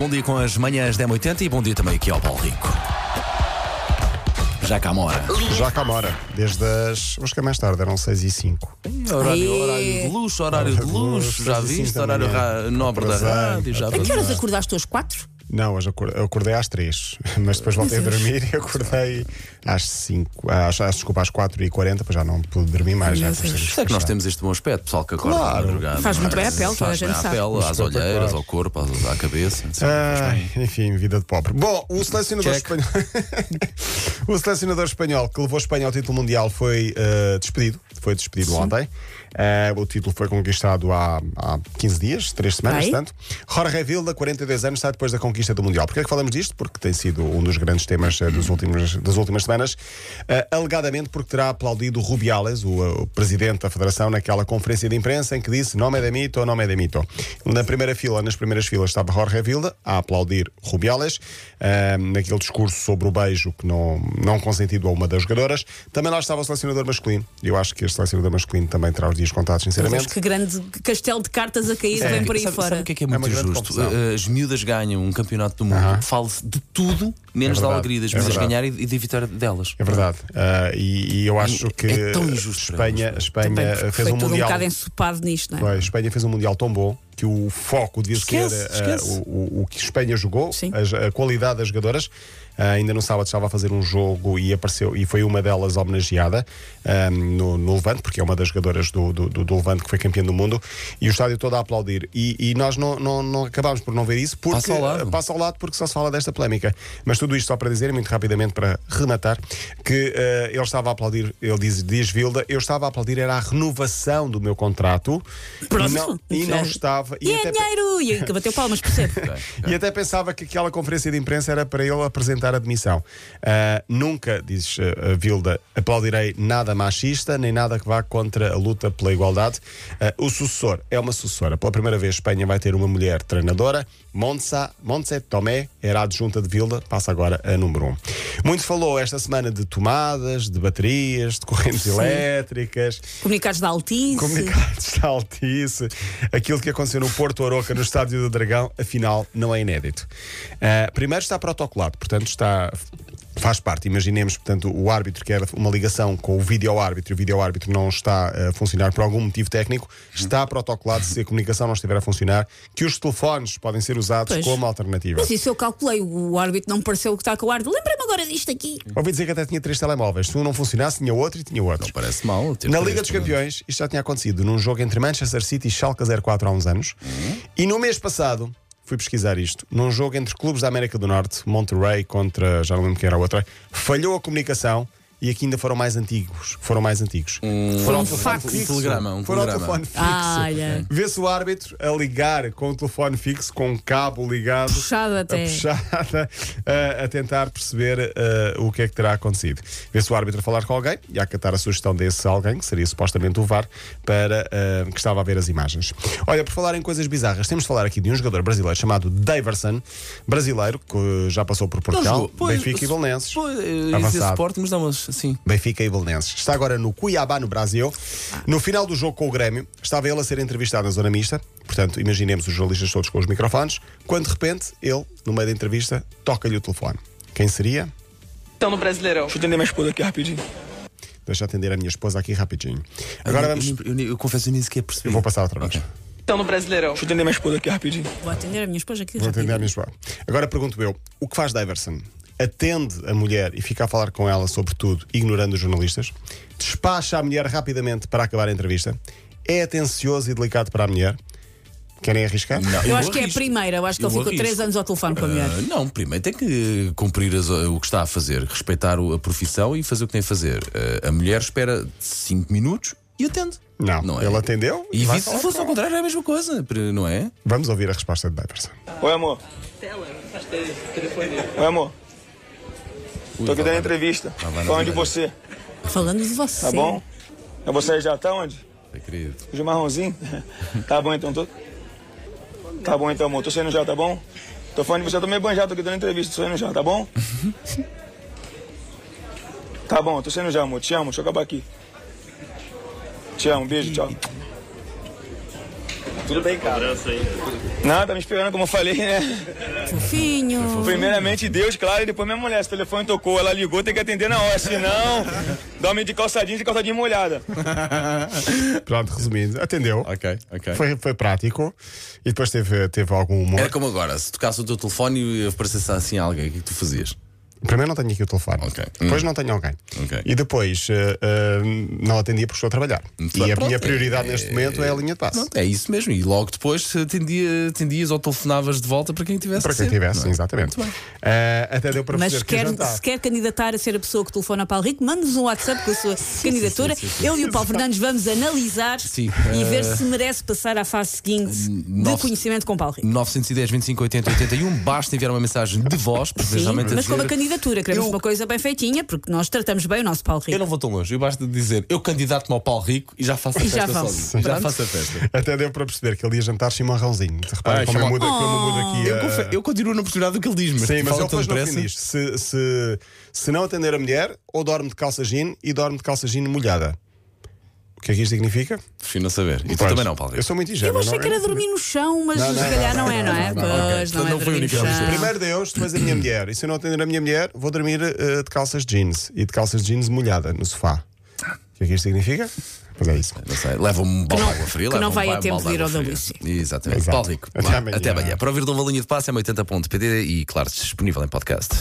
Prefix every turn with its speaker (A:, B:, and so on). A: Bom dia com as manhãs da M80 e bom dia também aqui ao Paulo Rico. Já cá mora.
B: Já cá mora, desde as. Vamos ficar mais tarde, eram 6 e 5.
A: Horário,
C: Aê.
A: horário de luxo, horário de luxo, é. já viste? Horário ra- nobre da rádio, já
C: A que horas
A: viste?
C: acordaste hoje? Quatro?
B: Não, hoje acor- eu acordei às 3, mas depois voltei a dormir e acordei às 5. Às, às, desculpa, às 4h40, pois já não pude dormir mais. Já
C: Meu Deus.
A: Isto é que nós temos este bom aspecto, pessoal que acorda
B: Claro.
A: de madrugada.
C: Faz
A: não
C: muito
A: é?
C: bem à pele, toda a
A: Faz bem
C: gente
A: à
C: sabe.
A: pele, às
B: Espetacular.
A: olheiras, ao corpo, às- à cabeça.
B: Ah, enfim, vida de pobre. Bom, o selecionador
A: Check.
B: espanhol. o selecionador espanhol que levou a Espanha ao título mundial foi eh, despedido. Foi despedido ontem. Eh, o título foi conquistado há, há 15 dias, 3 semanas,
C: Bem.
B: tanto. Jorge Vilda, 42 anos, está depois da conquista do Mundial. Porquê é que falamos disto? Porque tem sido um dos grandes temas eh, dos últimos, das últimas semanas. Eh, alegadamente porque terá aplaudido Rubiales, o, eh, o presidente da Federação, naquela conferência de imprensa em que disse nome é de mito, nome de mito. Na primeira fila, nas primeiras filas, estava Jorge Vilda a aplaudir Rubiales, eh, naquele discurso sobre o beijo que não, não consentido a uma das jogadoras. Também lá estava o selecionador masculino. Eu acho que este selecionador masculino também terá os dias contados,
C: Mas
B: sinceramente.
C: que grande castelo de cartas a cair
B: É.
C: vem por aí
A: sabe,
C: fora.
A: sabe o que é que é
B: uma
A: muito
B: grande
A: justo?
B: confusão.
A: Uh, As miúdas ganham um campeonato do mundo,
B: Aham.
A: fale-se de tudo, menos
B: É
A: da
B: verdade,
A: alegria das
B: é
A: miúdas
B: verdade.
A: ganhar e e da vitória delas.
B: É verdade. Ah, e, e eu acho que
A: é tão injusto para é?
B: Espanha,
A: eles,
C: Também
B: Espanha
C: porque
B: fez
C: foi
B: um
C: tudo um
B: mundial.
C: bocado ensopado nisto, não é?
B: Pois, Espanha fez um mundial tão bom que o foco devia
A: Esquece,
B: ser ah,
A: esquece.
B: o, o- o que Espanha jogou,
C: Sim.
B: as- a, qualidade das jogadoras. Ah, ainda no sábado estava a fazer um jogo e apareceu e foi uma delas homenageada ah, no, no Levante, porque é uma das jogadoras do, do, do- do Levante que foi campeã do mundo, e o estádio todo a aplaudir. E, e nós não, não, não acabámos por não ver isso porque
A: Passa ao lado.
B: ah, passa ao lado porque só se fala desta polémica. Mas tudo isto só para dizer, e muito rapidamente para rematar, que eh, ele estava a aplaudir, ele diz, diz Vilda, eu estava a aplaudir, era a renovação do meu contrato
C: Pronto.
B: E, não, e não estava.
C: E,
B: E,
C: é
B: até, pe-
C: dinheiro! E aí bateu palmas, percebo.
B: e até pensava que aquela conferência de imprensa era para ele apresentar a demissão. Ah, nunca, diz ah, a Vilda, aplaudirei nada machista, nem nada que vá contra a luta pela igualdade. Ah, o sucessor é uma sucessora. Pela primeira vez, Espanha vai ter uma mulher treinadora. Monza, Montse Tomé era a adjunta de Vilda, passa agora a número 1. Um. Muito falou esta semana de tomadas, de baterias, de correntes elétricas.
C: Comunicados da Altice.
B: Comunicados da Altice. Aquilo que aconteceu no Porto Aroca, no Estádio do Dragão, afinal, não é inédito. Ah, primeiro está protocolado, portanto, está. Faz parte, imaginemos, portanto, o árbitro quer uma ligação com o vídeo-árbitro e o vídeo-árbitro não está ah, a funcionar por algum motivo técnico, está protocolado se a comunicação não estiver a funcionar, que os telefones podem ser usados
C: Pois.
B: como alternativa.
C: Mas isso eu calculei. O árbitro não me pareceu que está com o árbitro. Lembra-me agora disto aqui.
B: Ouvi dizer que até tinha três telemóveis, se um não funcionasse, tinha outro e tinha outro.
A: Parece mal. ter
B: Na
A: três,
B: Liga dos
A: pelo menos.
B: Campeões, isto já tinha acontecido num jogo entre Manchester City e Schalke 04 há uns anos. E no mês passado, fui pesquisar isto, num jogo entre clubes da América do Norte, Monterrey contra, já não lembro quem era a outra, falhou a comunicação e aqui ainda foram mais antigos. Foram mais antigos.
C: Foi um
A: Um
C: fax.
A: telegrama, um
B: foram ao
A: telegrama.
B: telefone fixo.
C: Ah, olha.
B: Vê-se o árbitro a ligar com o telefone fixo, com o cabo ligado.
C: Puxado até.
B: A puxada, eh, a, a tentar perceber eh, o que é que terá acontecido. Vê-se o árbitro a falar com alguém e a acatar a sugestão desse alguém, que seria supostamente o VAR, para eh, que estava a ver as imagens. Olha, por falar em coisas bizarras, temos de falar aqui de um jogador brasileiro chamado Daverson, brasileiro, que já passou por
A: Ele
B: Portugal,
A: jogou- Então, pois,
B: Benfica e Belenenses.
A: Pois, eh, ia dizer
B: Avançado.
A: Sporting, mas não, mas assim.
B: Benfica e Belenenses. Está agora no Cuiabá, no Brasil. No final do jogo com o Grêmio, estava ele a ser entrevistado na zona mista. Portanto, imaginemos os jornalistas todos com os microfones. Quando de repente, ele, no meio da entrevista, toca-lhe o telefone. Quem seria?
D: Então no Brasileirão. Deixa eu atender minha esposa aqui rapidinho.
B: Deixa eu atender a minha esposa aqui rapidinho. Agora
A: Eu-
B: vamos.
A: Eu, eu- eu confesso, eu nem sequer percebi.
B: Eu vou passar outra vez.
A: Ok.
D: Então no Brasileirão. Deixa eu atender minha esposa aqui rapidinho.
C: Vou atender a minha esposa aqui.
B: É. Vou atender a
C: rapidinho.
B: minha esposa. Agora pergunto eu: o que faz Diverson? Atende a mulher e fica a falar com ela sobre tudo, ignorando os jornalistas? Despacha a mulher rapidamente para acabar a entrevista? É atencioso e delicado para a mulher? Querem arriscar?
A: Não,
C: Eu acho
A: vou
C: que é a
A: arrisco.
C: primeira. Eu acho que
A: Eu
C: ele ficou
A: arrisco.
C: três anos ao telefone com a mulher.
A: Ah, não, primeiro tem que cumprir as- o que está a fazer, respeitar o- a profissão e fazer o que tem a fazer. Ah, a mulher espera 5 minutos e atende.
B: Não,
A: é?
B: ele atendeu e
A: E
B: vai
A: vi- se
B: falar
A: fosse
B: com
A: ao contrário, é a mesma coisa, pre- não é?
B: Vamos ouvir a resposta de Diverson.
D: Oi, amor. é Oi, amor. Tô aqui dando entrevista.
A: vai na
D: Falando de
A: verdade.
D: você,
B: É.
C: Falando de você.
D: tá bom? É você já tá onde?
A: É, querido.
D: De marronzinho? tá bom então, tô... Tá bom então, amor. Tô saindo já, tá bom? Tô falando de você, eu tô meio banjado, tô aqui dando entrevista, tô saindo já, tá bom? tá bom, tô saindo já, amor. Te amo, deixa eu acabar aqui. Te amo, beijo, tchau. Tudo bem, cara.
E: Abraço aí.
A: né?
D: Não, tá me esperando, como eu falei, né?
C: Fofinho.
D: Primeiramente Deus, claro, e depois minha mulher. Se o telefone tocou, ela ligou, tem que atender na hora, senão dorme de calçadinho, de calçadinho molhada.
B: Pronto, resumindo, atendeu.
A: Ok, ok.
B: Foi, foi prático. E depois teve, teve algum
A: Era
B: humor.
A: como agora, se tocasse o teu telefone e aparecesse assim alguém, o que é que tu fazias?
B: Primeiro não tenho aqui o telefone.
A: Ok. Hum.
B: Depois não tenho alguém.
A: Ok.
B: E depois eh, eh, não atendia porque estou a trabalhar.
A: Muito
B: E
A: bem,
B: a
A: pronto,
B: minha prioridade
A: é-
B: neste momento é a linha de passe.
A: Pronto, é isso mesmo. E logo depois atendia, atendias ou telefonavas de volta para quem tivesse
B: Para
A: que
B: quem
A: ser,
B: tivesse,
A: não é?
B: exatamente.
A: Muito bem.
B: Eh, até deu para
C: Mas
B: fazer aqui
C: quer,
B: jantar.
C: se quer candidatar a ser a pessoa que telefona ao Paulo Rico, mande-nos um WhatsApp com a sua candidatura. Eu e o Paulo Fernandes vamos analisar
A: Sim,
C: e
A: eh,
C: ver se merece passar à fase seguinte de
A: nove-
C: conhecimento com o Paulo Rico.
A: 910 25 80 81 Basta enviar uma mensagem de voz
C: Sim,
A: precisamente a
C: mas com uma
A: dizer,
C: candidatura, queremos
A: eu-
C: uma coisa bem feitinha, porque nós tratamos bem o nosso Paulo
A: Eu
C: Rico.
A: não vou tão longe, eu basta dizer Eu candidato-me ao Paulo Rico e já faço a
C: E já
A: festa
C: vão.
A: sozinho. Já
C: Pronto.
A: faço a festa
B: Até deu para perceber que ele ia jantar chimarrãozinho. Repara
A: Ai,
B: como, eu
A: Ah, chama-
B: mudo, como eu mudo aqui.
A: eu,
B: a-
A: confe- eu continuo na oportunidade do que ele diz Mas,
B: Eh, Sim, mas
A: fala
B: ele
A: tão
B: depois no
A: depressa.
B: fim diz: se, se, se não atender a mulher, ou dorme de calça jean e dorme de calça jean molhada. O que é que isto significa?
A: Prefiro não saber E tu
B: Pois,
A: também não, Paulo
B: Eu
A: Rico
B: sou muito ingênuo.
C: Eu achei
B: não é?
C: que era dormir no chão, mas
B: Não, não,
C: se calhar
B: não,
C: não, é, não,
B: não,
C: é?
B: não, não,
C: Pois,
A: ok.
C: não é
A: Não foi
C: dormir no
A: única vez.
C: chão.
B: Primeiro Deus, depois a minha mulher. E se eu não atender a minha mulher, vou dormir eh, de calças jeans e de calças jeans molhada no sofá. O que é que isto significa? Pois é isso.
A: Não sei, leva-me um balde
C: não-
A: de água fria.
C: que
A: leva
C: não
A: um
C: vai a
A: ba-
C: tempo
A: balde
C: de ir
A: água
C: ao
A: fria.
C: WC.
A: Exatamente.
B: Exato.
A: Paulo Rico,
B: Até
A: vá,
B: amanhã.
A: Até amanhã. Para ouvir de uma linha de passe é 80.pt e claro, disponível em podcast.